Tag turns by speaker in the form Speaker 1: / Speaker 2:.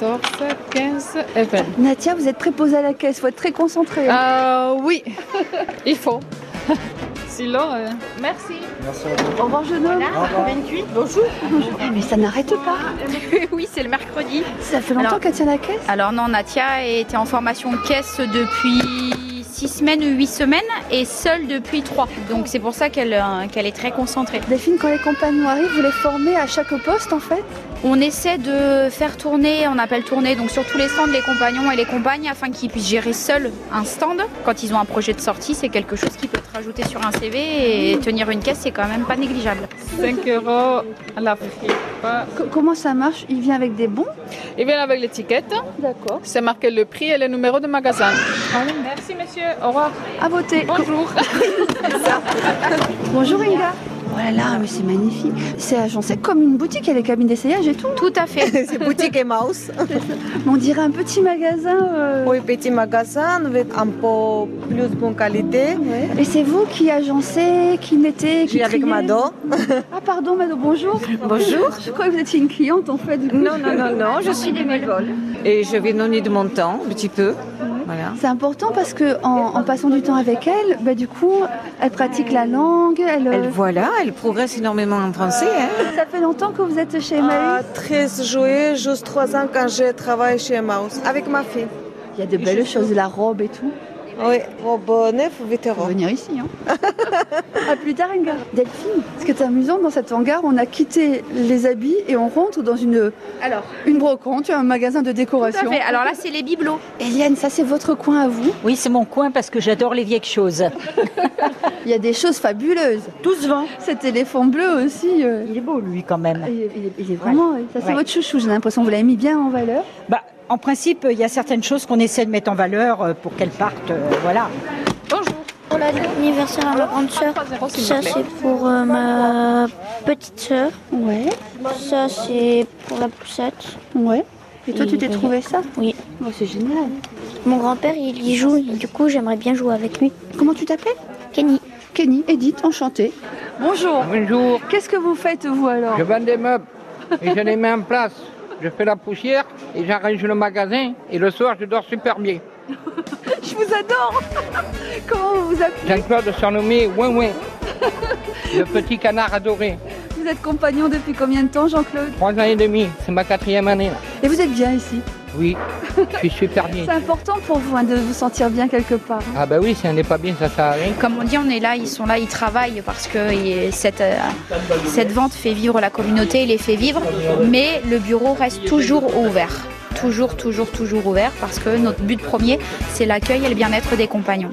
Speaker 1: 14, 15 et 20.
Speaker 2: Natia, vous êtes très posée à la caisse, faut être très concentrée. hein.
Speaker 1: Euh, oui, il faut. Sinon, euh,
Speaker 3: Merci.
Speaker 4: Merci à vous.
Speaker 2: Au revoir jeune homme.
Speaker 3: Voilà, 28. Bonjour.
Speaker 2: Eh, mais ça n'arrête pas.
Speaker 3: oui, c'est le mercredi.
Speaker 2: Ça fait longtemps
Speaker 3: Alors-
Speaker 2: qu'elle tient la caisse
Speaker 3: Alors non, Natia était en formation caisse depuis 6 semaines ou 8 semaines et seule depuis 3. Donc c'est pour ça qu'elle euh, qu'elle est très concentrée.
Speaker 2: Delphine, quand les compagnons arrivent, vous les formez à chaque poste en fait
Speaker 3: On essaie de faire tourner, on appelle tourner, donc sur tous les stands les compagnons et les compagnes afin qu'ils puissent gérer seuls un stand. Quand ils ont un projet de sortie, c'est quelque chose qui peut être ajouté sur un CV et tenir une caisse, c'est quand même pas négligeable.
Speaker 1: 5 euros à la fripe.
Speaker 2: Co- Comment ça marche Il vient avec des bons
Speaker 1: Il vient avec l'étiquette,
Speaker 2: D'accord.
Speaker 1: c'est marqué le prix et le numéro de magasin. Ah Merci monsieur, au revoir.
Speaker 2: À voter.
Speaker 1: Bonjour.
Speaker 2: Bonjour Inga. Oh là là, mais c'est magnifique. C'est agencé comme une boutique, il y a les cabines d'essayage et tout.
Speaker 3: Tout à fait.
Speaker 5: C'est boutique Emmaus.
Speaker 2: Mais On dirait un petit magasin. euh,
Speaker 5: Oui, petit magasin avec un peu plus bonne qualité.
Speaker 2: ouais. Et c'est vous qui agencez, qui mettez, qui
Speaker 5: J'ai avec
Speaker 2: triez.
Speaker 5: Mado.
Speaker 2: Ah pardon Mado, bonjour.
Speaker 6: Bonjour.
Speaker 2: Je crois que vous étiez une cliente en fait.
Speaker 6: Non, non, non, non, je suis bénévole. Et je vais donner de mon temps, un petit peu. Voilà.
Speaker 2: C'est important parce que en, en passant du temps avec elle, bah, du coup, elle pratique la langue. Elle, euh,
Speaker 6: Elle, voilà, elle progresse énormément en français. hein.
Speaker 2: Ça fait longtemps que vous êtes chez
Speaker 5: À
Speaker 2: Emmaüs.
Speaker 5: 13 juillet, juste 3 ans quand j'ai travaillé chez Emmaus avec ma fille.
Speaker 2: Ah, Il y a de belles choses, la robe et tout.
Speaker 5: Oui, robe neuf, 8
Speaker 2: Faut
Speaker 5: euros.
Speaker 2: venir ici. Hein. à plus tard, Inga. Delphine, ce qui est amusant dans cet hangar, on a quitté les habits et on rentre dans une,
Speaker 3: Alors,
Speaker 2: une brocante, un magasin de
Speaker 3: tout à
Speaker 2: décoration.
Speaker 3: fait. Alors là, c'est les bibelots.
Speaker 2: Eliane, ça c'est votre coin à vous.
Speaker 7: Oui, c'est mon coin parce que j'adore les vieilles choses.
Speaker 2: Il y a des choses fabuleuses.
Speaker 7: Tout se vend.
Speaker 2: Cet éléphant bleu aussi. euh,
Speaker 7: Il est beau, lui, quand même.
Speaker 2: Il est, il est- il est vraiment. Ça, c'est
Speaker 7: Ouais.
Speaker 2: votre chouchou. J'ai l'impression que vous l'avez mis bien en valeur.
Speaker 7: Bah, en principe, il y a certaines choses qu'on essaie de mettre en valeur euh, pour qu'elles partent. euh, voilà.
Speaker 8: Pour l'anniversaire à ma grande sœur, ça c'est pour euh, ma petite sœur,
Speaker 2: Ouais,
Speaker 8: ça c'est pour la poussette.
Speaker 2: ouais. Et toi,
Speaker 8: Et-
Speaker 2: tu t'es trouvé ça
Speaker 8: Oui.
Speaker 2: Oh, c'est génial.
Speaker 8: Mon grand-père il y joue, du coup j'aimerais bien jouer avec lui.
Speaker 2: Comment tu t'appelles
Speaker 8: Kenny,
Speaker 2: Kenny, Edith, enchantée. Bonjour.
Speaker 9: Bonjour,
Speaker 2: Qu'est-ce que vous faites, vous alors
Speaker 9: je vends des meubles et je les mets en place. Je fais la poussière et j'arrange le magasin et le soir je dors super bien.
Speaker 2: Je vous adore. Comment vous vous appelez
Speaker 9: Jean-Claude surnommé Ouin Ouin, le petit canard adoré.
Speaker 2: Vous êtes compagnon depuis combien de temps, Jean-Claude
Speaker 9: Trois ans et demi, c'est ma quatrième année. là.
Speaker 2: Et vous êtes bien ici.
Speaker 9: Oui, je suis super bien.
Speaker 2: C'est important pour vous hein, de vous sentir bien quelque part.
Speaker 9: Ah bah oui, si on n'est pas bien, ça sert à rien.
Speaker 3: Comme on dit, on est là, ils sont là, ils travaillent parce que y- cette, euh, cette vente fait vivre la communauté, les fait vivre, mais le bureau reste toujours ouvert. Toujours, toujours, toujours ouvert parce que notre but premier, c'est l'accueil et le bien-être des compagnons.